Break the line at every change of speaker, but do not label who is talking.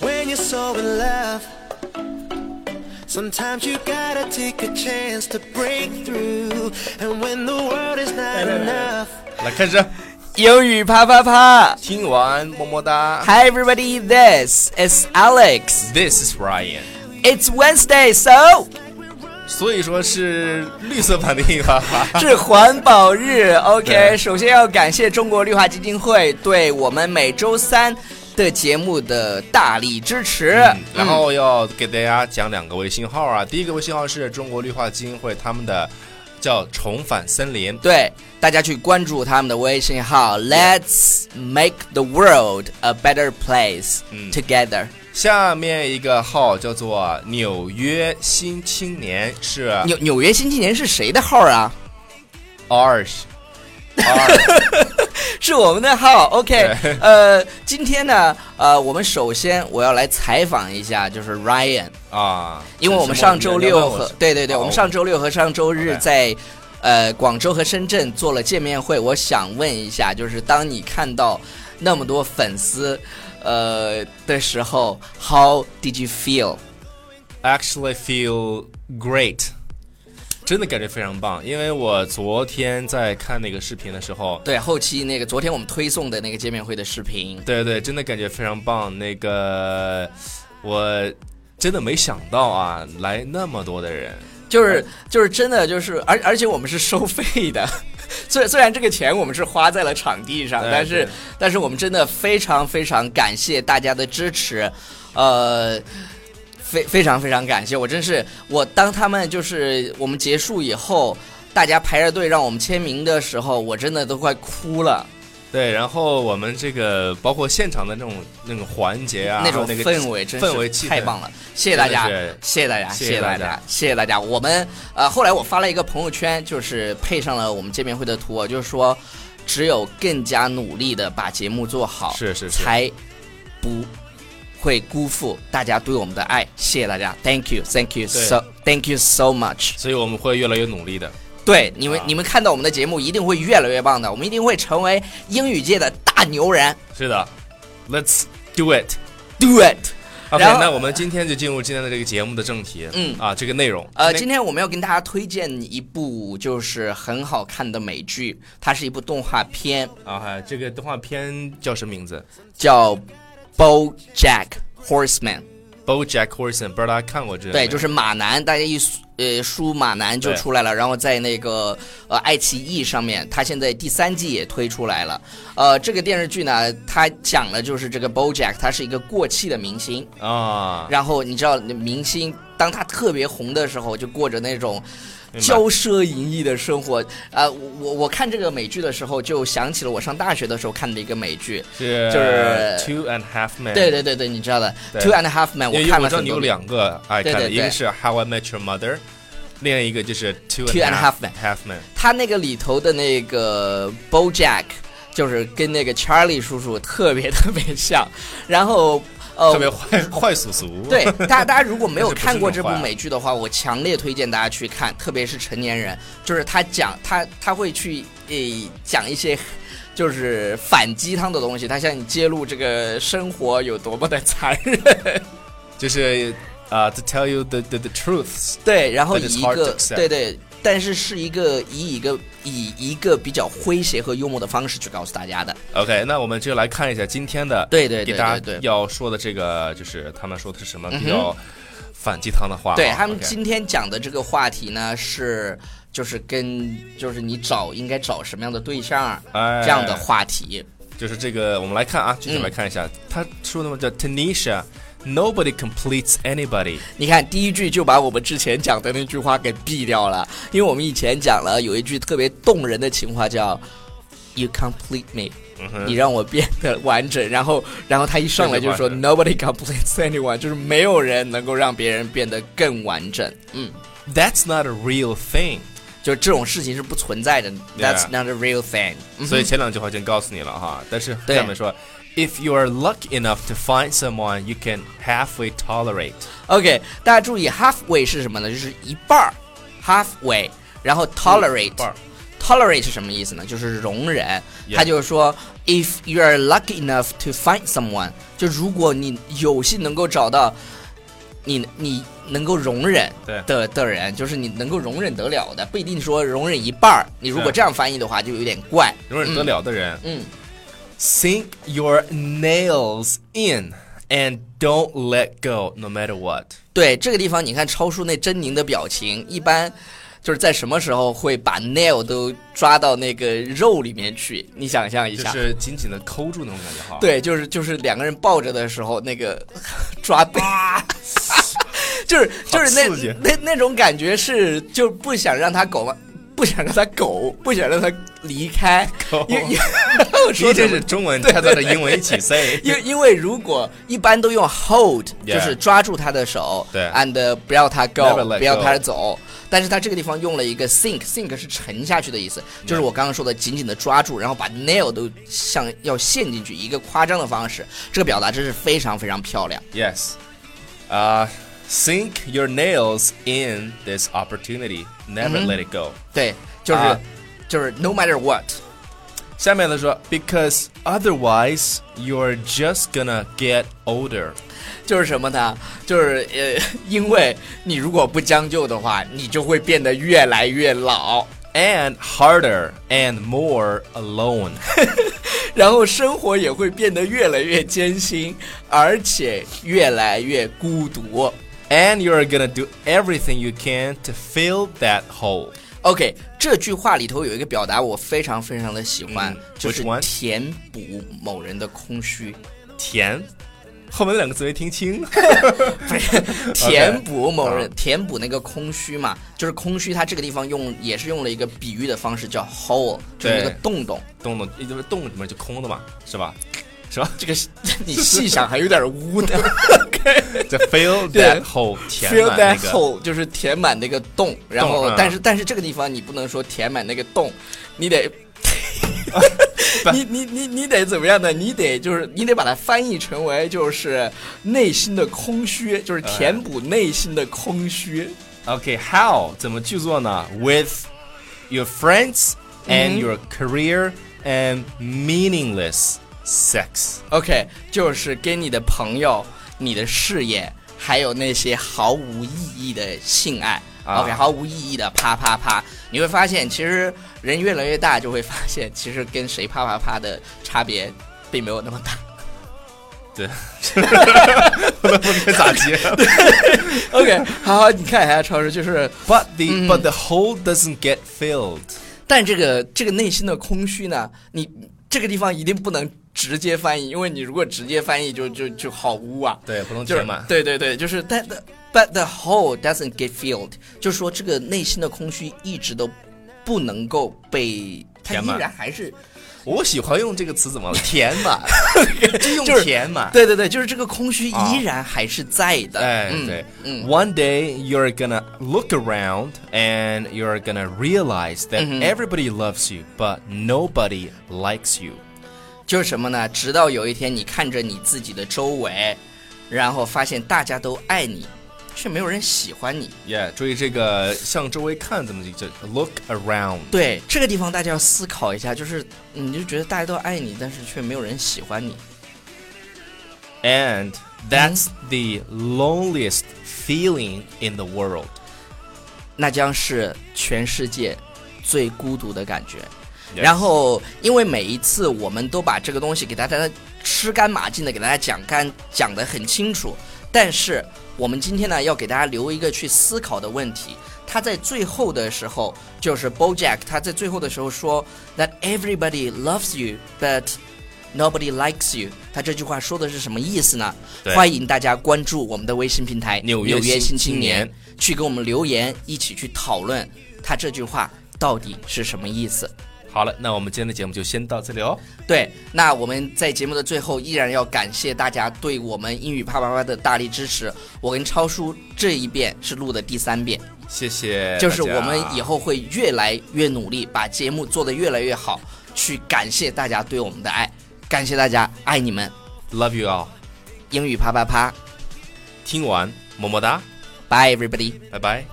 when you're so in love. Sometimes you gotta take a chance to break through. And when the world is not enough,
来开始。
英语啪啪啪
听完么么哒。
！Hi everybody, this is Alex.
This is Ryan。
It's Wednesday, so
所以说是绿色版的英语 啪啪。
是环保日。OK，
啊对
首先要感谢中国绿化基金会对我们每周三的节目的大力支持。
嗯然后要给大家讲两个微信号啊，第一个微信号是中国绿化基金会他们的叫“重返森林
对大家去关注他们的微信号，Let's make the world a better place
嗯
together。”，
下面一个号叫做“纽约新青年”，是
纽纽约新青年是谁的号啊？
二十二
是我们的号，OK，
对
呃，今天呢，呃，我们首先我要来采访一下，就是 Ryan，
啊，
因为我们
这是
上周六
原来
和
我
对对对，
哦
我们上周六和上周日
OK
在呃广州和深圳做了见面会，我想问一下，就是当你看到那么多粉丝呃的时候，How did you feel？
actually feel great，真的感觉非常棒。因为我昨天在看那个视频的时候，
对，后期那个昨天我们推送的那个见面会的视频，
对对，真的感觉非常棒。那个我真的没想到啊，来那么多的人，
就是就是真的就是，而而且我们是收费的， 虽虽然这个钱我们是花在了场地上，
对
但是
对
但是我们真的非常非常感谢大家的支持，呃。非非常非常感谢，我真是我当他们就是我们结束以后，大家排着队让我们签名的时候，我真的都快哭了。
对。然后我们这个包括现场的那种那种环节啊，
那种
还有那个
氛围真是
氛围气氛
太棒了，谢谢大家
真的是，
谢谢大家，
谢
谢
谢
谢大
大
家
家，
谢谢大家。我们呃，后来我发了一个朋友圈，就是配上了我们见面会的图，我就说，只有更加努力的把节目做好，
是是是
才不会辜负大家对我们的爱。谢谢大家，Thank you，Thank you
对
so Thank you so much。
所以我们会越来越努力的。
对你们
啊，
你们看到我们的节目一定会越来越棒的，我们一定会成为英语界的大牛人。
是的，Let's do it。
Do it。
OK，
然后
那我们今天就进入今天的这个节目的正题，
嗯
啊，这个内容，
呃，
那
今天我们要跟大家推荐一部就是很好看的美剧，它是一部动画片，
啊，还这个动画片叫什么名字
叫《BoJack Horseman》，
？BoJack Horseman，不知道大家看过这个没有？
对，就是马男，大家一搜呃输马男就
对
出来了，然后在那个呃爱奇艺上面，它现在第三季也推出来了。呃，这个电视剧呢，它讲的就是这个 BoJack，他是一个过气的明星，
啊，
然后你知道明星当他特别红的时候，就过着那种。骄奢淫逸的生活，呃，我我我看这个美剧的时候，就想起了我上大学的时候看的一个美剧，
是
就是
Two and a Half Men，
对对对对，你知道的，《
对
Two and a Half Men》，
因为
看
我
了
知道
很
你
多
有
遍。
两个爱看
对对
的，
对
一个是 How I Met Your Mother，另一个就是 Two
Two and a Half Men
Half Men。
他那个里头的那个 BoJack，就是跟那个 Charlie 叔叔特别特别像，然后呃，
特别坏 坏叔叔。
对， 大家大家如果没有
但是不是
看过
那
这
么
部
坏啊
美剧的话，我强烈推荐大家去看，特别是成年人，就是他讲他他会去诶、讲一些。就是反鸡汤的东西，他向你揭露这个生活有多么的残忍。
就是啊、t o tell you the the the truth，
对，然后
But it's
以一
hard to
个
accept.
对对，但是是一个以一个以一个比较诙谐和幽默的方式去告诉大家的。
OK，那我们就来看一下今天的，
对对对
给大
对
家
对
要说的这个，就是他们说的是什么
哼
比较反鸡汤的话啊。
对他们
OK
今天讲的这个话题呢，是就是跟就是你找应该找什么样的对象
哎
这样的话题。
就是这个，我们来看啊，具体
嗯
来看一下，他说的嘛叫 Tanisha。Nobody completes anybody。
你看第一句就把我们之前讲的那句话给毙掉了，因为我们以前讲了有一句特别动人的情话叫 “You complete me”，、
嗯哼
你让我变得完整。然后，然后他一上来就说
变
“Nobody completes anyone”，就是没有人能够让别人变得更完整。嗯，
That's not a real thing。
就是这种事情是不存在的。
Yeah
That's not a real thing、嗯哼
所以前两句话已经告诉你了 哈，但是
对
下面说，If you are lucky enough to find someone you can halfway tolerate，
OK，大家注意 halfway 是什么呢？就是一半儿，halfway，然后 tolerate，tolerate、
半儿
tolerate 是什么意思呢？就是容忍。
Yeah.
他就是说，if you are lucky enough to find someone，就如果你有幸能够找到你你能够容忍
对
的的人，就是你能够容忍得了的，不一定说容忍一半儿。你如
对
果这样翻译的话，就有点怪。
容忍得了的人。
嗯，
Sink your nails in and don't let go, no matter what。
对这个地方，你看超叔那狰狞的表情，一般就是在什么时候会把 nail 都抓到那个肉里面去？你想象一
就
下，
是紧紧的抠住那种感觉 哈。，
对，就是就是两个人抱着的时候，那个 抓背， 就是就是
好刺激啊
那那那种感觉是，就不想让他狗嘛，不想让他狗，不想让他离开，因因 我说
毕
这
竟
是
是中文掺杂着英文一 起 say。
因因为如果一般都用 hold，
Yeah
就是抓住他的手，
对
，and 不要他 go，
Never let
不要
go
他走。但是他这个地方用了一个 sink，sink 是沉下去的意思，就是我刚刚说的紧紧的抓住，然后把 nail 都像要陷进去，一个夸张的方式。这个表达真是非常非常漂亮。
Yes. Uh, sink your nails in this opportunity. Never
嗯哼
let it go.
对，就是、
啊
就是 no matter what，
下面他说，because otherwise you're just gonna get older。
就是什么呢？就是呃，因为你如果不将就的话，你就会变得越来越老。
And harder and more alone，
然后生活也会变得越来越艰辛，而且越来越孤独。
and you're gonna do everything you can to fill that hole。
OK，这句话里头有一个表达我非常非常的喜欢，
嗯
就是
which one？
填补某人的空 虚，
甜，后面那两个字没听清。
填补某人
啊
填补那个空虚嘛，就是空虚。它这个地方用也是用了一个比喻的方式，叫 hole，就是那个
对
洞洞。
动动，因为动里面就空的嘛，是吧？是吧？
这个是 你细想还有点污的。
就 fill
对
that hole 填
fill
满那
that
个。
hole 就是填满那个洞，然后、
嗯
但是但是这个地方你不能说填满那个洞，你 得。你你你你得怎么样呢？你得就是你得把它翻译成为就是内心的空虚，就是
哎
填补内心的空虚。
OK，how、怎么去做呢？With your friends
Mm-hmm。
and your career and meaningless sex。
OK，就是跟你的朋友、你的事业，还有那些毫无意义的性爱。
啊
OK，毫无意义的啪啪啪，你会发现，其实人越来越大，就会发现，其实跟谁啪啪啪的差别并没有那么 大。
对，我都不知道该咋接。
OK，好好，你看一下超市，就是，
But the、
嗯
but the hole doesn't get filled。
但这个这个内心的空虚呢，你这个地方一定不能直接翻译，因为你如果直接翻译就就就好污啊。
对，不能
就是
填满。
对对对，就是 that the, but the hole doesn't get filled，就是说这个内心的空虚一直都不能够被，它
填
依
满
然还是
我喜欢用这个词，怎 么了填满？就用
就是
填满。
对对对，就是这个空虚
啊
依然还是在的。
哎，
嗯
对、
嗯
o n e day you're gonna look around and you're gonna realize that everybody loves you, but nobody likes you。
就是什么呢？直到有一天你看着你自己的周围，然后发现大家都爱你，却没有人喜欢你。
Yeah，注意这个向周围看，怎么就 look around？
对这个地方，大家要思考一下，就是你就觉得大家都爱你，但是却没有人喜欢你。
And that's the loneliest feeling in the world。
那将是全世界最孤独的感觉。然后，因为每一次我们都把这个东西给大家吃干抹净的给大家讲干讲得很清楚，但是我们今天呢要给大家留一个去思考的问题。他在最后的时候，就是 BoJack，他在最后的时候说 “That everybody loves you, but nobody likes you”。他这句话说的是什么意思呢？
对
欢迎大家关注我们的微信平台《
纽约
约
新
新
青
年》
年
去给我们留言，一起去讨论他这句话到底是什么意思。
好了，那我们今天的节目就先到这里哦。
对，那我们在节目的最后，依然要感谢大家对我们英语啪啪啪的大力支持。我跟超叔这一遍是录的第三遍，
谢哎谢大家。
就是我们以后会越来越努力，把节目做得越来越好，去感谢大家对我们的爱，感谢大家，爱你们，
love you all，
英语啪啪啪
听完么么哒，
，Bye everybody。
拜拜。